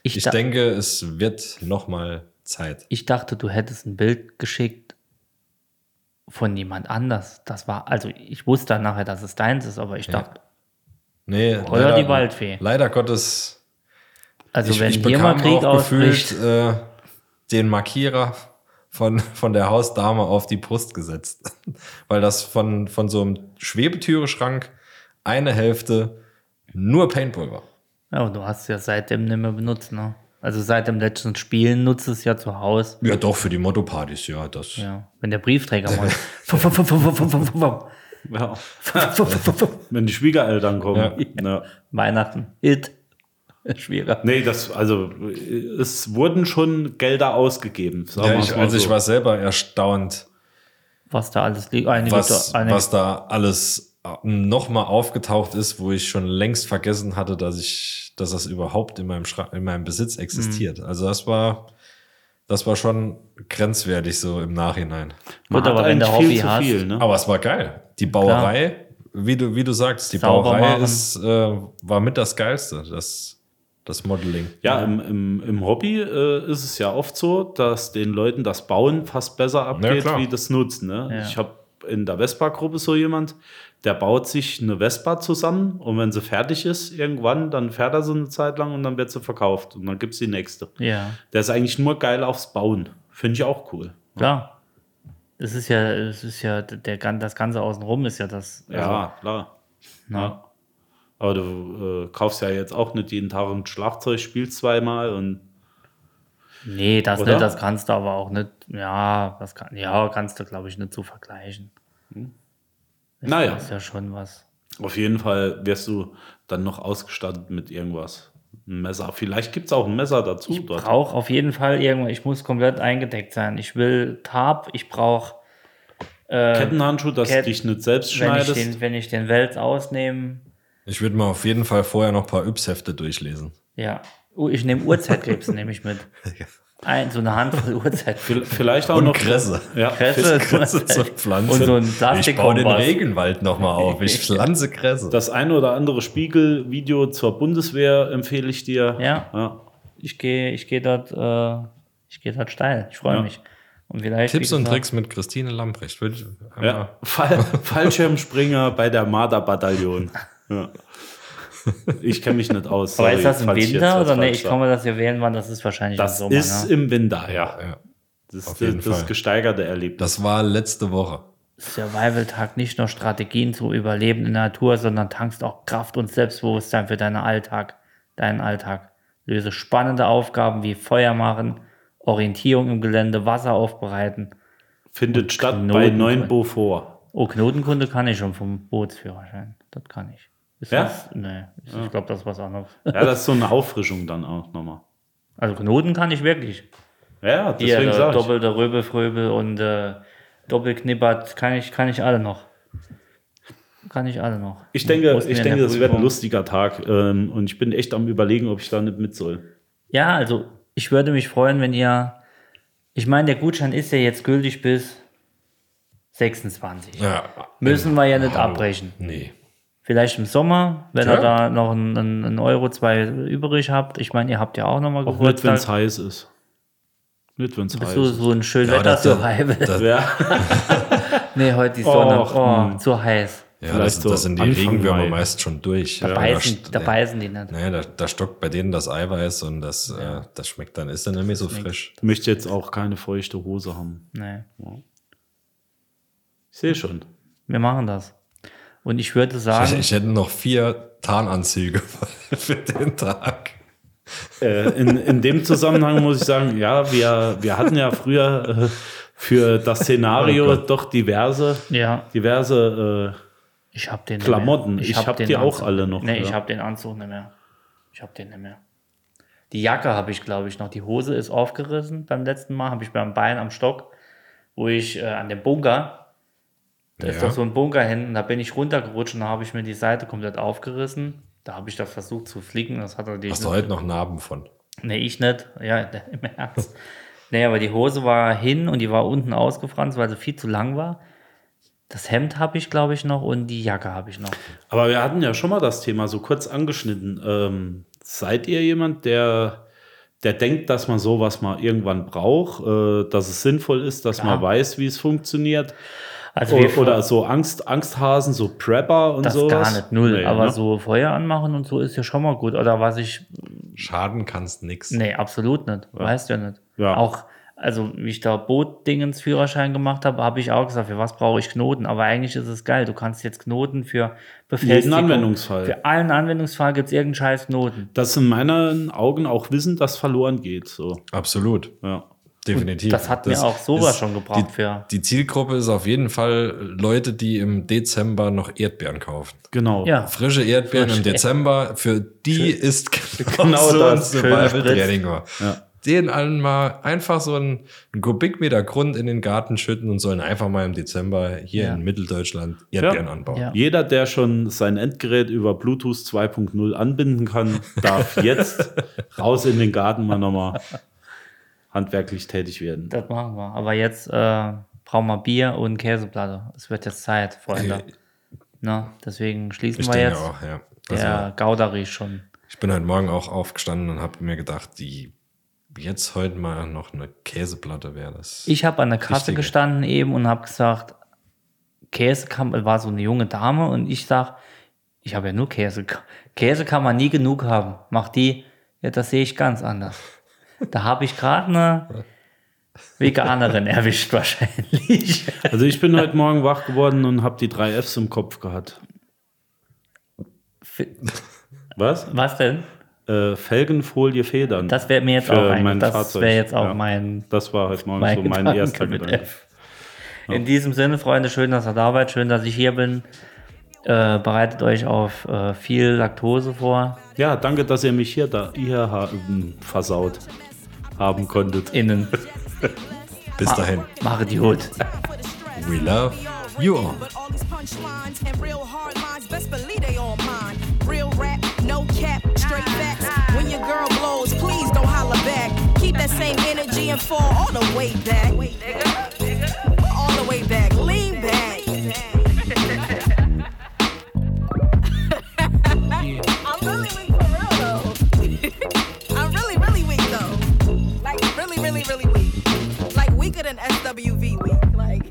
S6: Ich,
S4: da-
S6: denke, es wird nochmal Zeit.
S4: Ich dachte, du hättest ein Bild geschickt von jemand anders. Das war, also ich wusste dann nachher, dass es deins ist, aber ich dachte,
S6: Nee,
S4: Oder die Waldfee.
S6: Leider Gottes,
S4: also
S6: ich,
S4: wenn
S6: ich
S4: hier mal
S6: bekam
S4: Krieg
S6: auch gefühlt
S4: ausbricht,
S6: äh, den Markierer von, von der Hausdame auf die Brust gesetzt. Weil das von, von so einem Schwebetüreschrank eine Hälfte nur Paintball war.
S4: ja, und du hast es ja seitdem nicht mehr benutzt, ne? Also seit dem letzten Spielen nutzt es ja zu Hause.
S6: Ja, doch, für die Motto-Partys, ja, das.
S4: Ja, wenn der Briefträger mal. Fum, fum, fum, fum, fum, fum, fum, fum.
S5: Ja.
S4: Fum, fum, fum, fum.
S5: Wenn die Schwiegereltern kommen. Ja.
S4: Weihnachten. Hit. Schwierig.
S5: Nee, das, also es wurden schon Gelder ausgegeben. Sagen
S6: Ja,
S5: wir's
S6: ich,
S5: mal
S6: also
S5: so.
S6: ich war selber erstaunt,
S4: Was da alles liegt. Einige,
S6: was,
S4: einige
S6: was da alles nochmal aufgetaucht ist, wo ich schon längst vergessen hatte, dass ich, dass das überhaupt in meinem, Schra in meinem Besitz existiert. Also das war, das war schon grenzwertig so im Nachhinein.
S5: Man
S4: Gut,
S5: hat
S4: aber wenn du
S5: eigentlich
S4: Hobby
S5: viel zu
S4: hast-
S5: viel, ne?
S6: Aber es war geil. Die Bauerei, wie du, wie du sagst, die
S4: Sauber
S6: Bauerei
S4: machen.
S6: ist, äh, war mit das Geilste, das, das Modeling.
S5: Ja, im, im, im Hobby äh, ist es ja oft so, dass den Leuten das Bauen fast besser abgeht,
S6: klar.
S5: wie das Nutzen. Ne?
S4: Ja.
S5: Ich habe in der Vespa-Gruppe so jemand, der baut sich eine Vespa zusammen und wenn sie fertig ist, irgendwann, dann fährt er so eine Zeit lang und dann wird sie verkauft und dann gibt es die nächste.
S4: Ja,
S5: Der ist eigentlich nur geil aufs Bauen. Finde ich auch cool.
S4: klar. Es ist ja, es ist ja, der, gan- das Ganze außenrum ist ja das. also, ne?
S5: Ja, klar. Ja. Aber du äh, kaufst ja jetzt auch nicht jeden Tag ein Schlagzeug, spielst zweimal und
S4: Nee, das
S5: Oder?
S4: nicht, das kannst du aber auch nicht. Ja, das kann, ja, kannst du, glaube ich, nicht so vergleichen.
S5: Hm.
S4: Das
S5: Naja.
S4: ist ja schon was.
S5: auf jeden Fall wirst du dann noch ausgestattet mit irgendwas. Ein Messer. Vielleicht gibt es auch ein Messer dazu.
S4: Ich brauche auf jeden Fall irgendwann, ich muss komplett eingedeckt sein. Ich will Tarp, ich brauche,
S5: Kettenhandschuh, dass
S4: Kett-
S5: du dich nicht selbst
S4: äh, wenn, ich
S5: schneidest.
S4: den- wenn ich den Wels ausnehme,
S6: Ich würde mal auf jeden Fall vorher noch ein paar Yps-Hefte durchlesen.
S4: ja. Oh, Ich nehme Uhrzeitkrebs, nehme ich mit. Ein, so eine Handvoll Uhrzeitkrebs.
S5: V- Vielleicht auch
S6: Und
S5: noch.
S6: Kresse.
S5: Ja,
S4: Kresse,
S6: Kresse zur Pflanze.
S4: Und so ein
S6: ich baue den
S4: Plastikkompass.
S6: Regenwald nochmal auf. Ich pflanze Kresse.
S5: Das ein oder andere Spiegel-Video zur Bundeswehr empfehle ich dir.
S4: Ja.
S5: ja.
S4: Ich gehe ich geh dort, äh, ich gehe dort steil. Ich freue
S5: Ja.
S4: mich. Und vielleicht,
S6: Tipps
S4: wie
S6: und
S4: gesagt,
S6: Tricks mit Christine Lamprecht. Will-
S5: Ja. Fall, Fallschirmspringer bei der Marder-Bataillon. Ja. Ich kenne mich nicht aus.
S4: Aber
S5: sorry,
S4: ist das im
S5: falls ich jetzt
S4: Winter
S5: was
S4: oder nee?
S5: falsch
S4: Ich
S5: sag.
S4: kann mir das ja wählen, wann das ist wahrscheinlich
S5: Das
S4: im Sommer.
S5: ist
S4: ne?
S5: im Winter, ja.
S6: Ja.
S5: Das,
S6: Auf
S5: ist
S6: jeden
S5: das, das
S6: Fall.
S5: gesteigerte Erlebnis.
S6: Das war letzte Woche.
S4: Survival-Tag nicht nur Strategien zu überleben in der Natur, sondern tankst auch Kraft und Selbstbewusstsein für deinen Alltag, deinen Alltag. Löse spannende Aufgaben wie Feuer machen, Orientierung im Gelände, Wasser aufbereiten.
S5: Findet statt
S4: Knoten
S5: bei
S4: drin.
S5: Neuen Beaufort.
S4: Oh, Knotenkunde kann ich schon vom Bootsführerschein. Das kann ich. Ist
S5: Ja? Ah.
S4: das? Nee, ich glaube, das ist was anderes.
S5: Ja, das ist so eine Auffrischung dann auch nochmal.
S4: Also Knoten kann ich wirklich.
S5: Ja,
S4: Hier,
S5: deswegen
S4: äh,
S5: sage ich.
S4: doppelte Röbelfröbel und äh, Doppelknippert kann ich, kann ich alle noch. Kann ich alle noch.
S5: Ich denke,
S4: Mussten wir
S5: ich
S4: in
S5: denke
S4: der
S5: das wird ein
S4: Prüfung-
S5: lustiger Tag. Ähm, und ich bin echt am überlegen, ob ich da nicht mit soll.
S4: Ja, also ich würde mich freuen, wenn ihr. Ich meine, der Gutschein ist ja jetzt gültig bis 26.
S6: Ja.
S4: Müssen wir ja nicht abbrechen.
S6: Nee.
S4: Vielleicht im Sommer, wenn
S6: Ja.
S4: ihr da noch einen, einen einen Euro, zwei übrig habt. Ich meine, ihr habt ja auch nochmal
S5: Auch nicht, wenn es
S4: Geburtstag.
S5: heiß ist. Nicht, wenn es heiß
S4: Bist du
S5: ist.
S4: so ein schön
S6: Ja,
S4: Wetter
S6: das-
S4: zu heiß?
S5: Ja.
S4: Nee, heute die Sonne.
S5: Och,
S4: oh,
S5: hm.
S4: zu heiß.
S6: Ja,
S5: Vielleicht
S6: das,
S5: so
S6: das sind die
S5: Anfang
S6: Regenwürmer
S5: Mai.
S6: meist schon durch.
S4: Da,
S6: Ja,
S4: beißen,
S6: st-
S4: da beißen die nicht.
S6: Naja, da, da stockt bei denen das Eiweiß und das, äh, das schmeckt dann, ist dann nicht mehr so frisch.
S5: Ich möchte jetzt auch keine feuchte Hose haben.
S4: Nee.
S5: Ich sehe schon.
S4: Wir machen das. Und ich würde sagen,
S6: Ich hätte noch vier Tarnanzüge für den Tag.
S5: Äh, in, in dem Zusammenhang muss ich sagen, ja, wir, wir hatten ja früher äh, für das Szenario
S4: Oh
S5: doch diverse,
S4: ja,
S5: diverse äh,
S4: ich habe den.
S5: Klamotten.
S4: nicht mehr.
S5: Ich
S4: hab
S5: hab
S4: den
S5: die auch
S4: Anzug.
S5: alle noch,
S4: Nee,
S5: ja.
S4: ich habe den Anzug nicht mehr. Ich habe den nicht mehr. Die Jacke habe ich, glaube ich, noch. Die Hose ist aufgerissen beim letzten Mal. Habe ich beim Bein am Stock, wo ich äh, an dem Bunker, da ist
S6: Ja.
S4: doch so ein Bunker hin, und da bin ich runtergerutscht und da habe ich mir die Seite komplett aufgerissen. Da habe ich das versucht zu flicken. Das hat natürlich.
S6: Hast du heute noch Narben von?
S4: Nee, ich nicht. Ja, im Ernst. Nee, aber die Hose war hin und die war unten ausgefranst, weil sie viel zu lang war. Das Hemd habe ich, glaube ich, noch und die Jacke habe ich noch.
S5: äh, aber wir hatten ja schon mal das Thema so kurz angeschnitten. Ähm, seid ihr jemand, der, der denkt, dass man sowas mal irgendwann braucht, äh, dass es sinnvoll ist, dass man weiß, wie es funktioniert?
S4: Also wir
S5: O- Oder so Angst, Angsthasen, so Prepper und
S4: das
S5: sowas.
S4: gar nicht, null.
S5: Nee,
S4: aber
S5: ne?
S4: so Feuer anmachen und so ist ja schon mal gut. Oder was ich,
S6: Schaden kannst nix.
S4: nee, absolut nicht. Weißt ja nicht.
S5: Ja.
S4: Auch, also wie ich da Bootdingens Führerschein gemacht habe, habe ich auch gesagt, für was brauche ich Knoten? Aber eigentlich ist es geil. Du kannst jetzt Knoten für Befestigung.
S5: Anwendungsfall.
S4: Für allen Anwendungsfall gibt es irgendeinen scheiß Knoten.
S5: Dass in meinen Augen auch Wissen, das verloren geht. So.
S6: Absolut.
S5: Ja.
S6: Definitiv.
S4: das hat mir auch sowas
S6: ist-
S4: schon gebracht,
S6: Die,
S4: ja.
S6: die Zielgruppe ist auf jeden Fall Leute, die im Dezember noch Erdbeeren kaufen.
S5: Genau.
S4: Ja.
S6: Frische Erdbeeren im
S4: Frische
S6: Dezember, für die ist
S5: Genau
S6: genau so ein
S5: das.
S6: Survival
S4: Schön spritzt.
S6: Training. Ja. Den allen mal einfach so einen, einen Kubikmeter Grund in den Garten schütten und sollen einfach mal im Dezember hier
S4: Ja.
S6: in Mitteldeutschland Erdbeeren anbauen.
S4: Ja.
S5: Jeder, der schon sein Endgerät über Bluetooth 2.0 anbinden kann, darf jetzt raus in den Garten mal nochmal handwerklich tätig werden.
S4: Das machen wir. Aber jetzt äh, brauchen wir Bier und Käseplatte. Es wird jetzt Zeit, Freunde.
S5: Äh.
S4: Na, deswegen schließen
S6: Ich
S4: wir
S6: denke
S4: jetzt.
S6: auch, ja. Also,
S4: Der Gouda riecht schon.
S6: Ich bin heute Morgen auch aufgestanden und habe mir gedacht, die jetzt heute mal noch eine Käseplatte wäre das.
S4: Ich habe an der Kasse
S6: Richtige.
S4: gestanden eben und habe gesagt, Käse kann, war so eine junge Dame und ich sag, ich habe ja nur Käse. Käse kann man nie genug haben. Mach die, ja, das sehe ich ganz anders. Da habe ich gerade eine Veganerin erwischt wahrscheinlich.
S5: Also ich bin heute Morgen wach geworden und habe die drei Fs im Kopf gehabt. Was?
S4: Was denn?
S5: Äh, Felgenfolie federn.
S4: Das wäre mir jetzt
S5: Für
S4: auch ein,
S5: mein
S4: das
S5: Fahrzeug,
S4: wäre jetzt auch
S5: ja.
S4: mein,
S5: Das war heute Morgen
S4: mein
S5: so mein
S4: Gedanke
S5: erster
S4: mit
S5: Gedanke.
S4: F. In diesem Sinne, Freunde, schön, dass ihr da seid, schön, dass ich hier bin. Äh, bereitet euch auf äh, viel Laktose vor.
S5: Ja, danke, dass ihr mich hier, da, hier ha- m, versaut haben konntet.
S4: Innen.
S6: Bis dahin.
S4: Mache die Hut.
S6: We love you all.
S3: But all these punchlines and real hard lines, best believe they all mine. Real rap, no cap, straight facts. When your girl blows, please don't holler back. Keep that same energy and fall all the way back. All the way back, lean back. I'm really weak for real though. I'm really, really weak though. Like really, really, really weak. Like weaker than SWV weak. Like.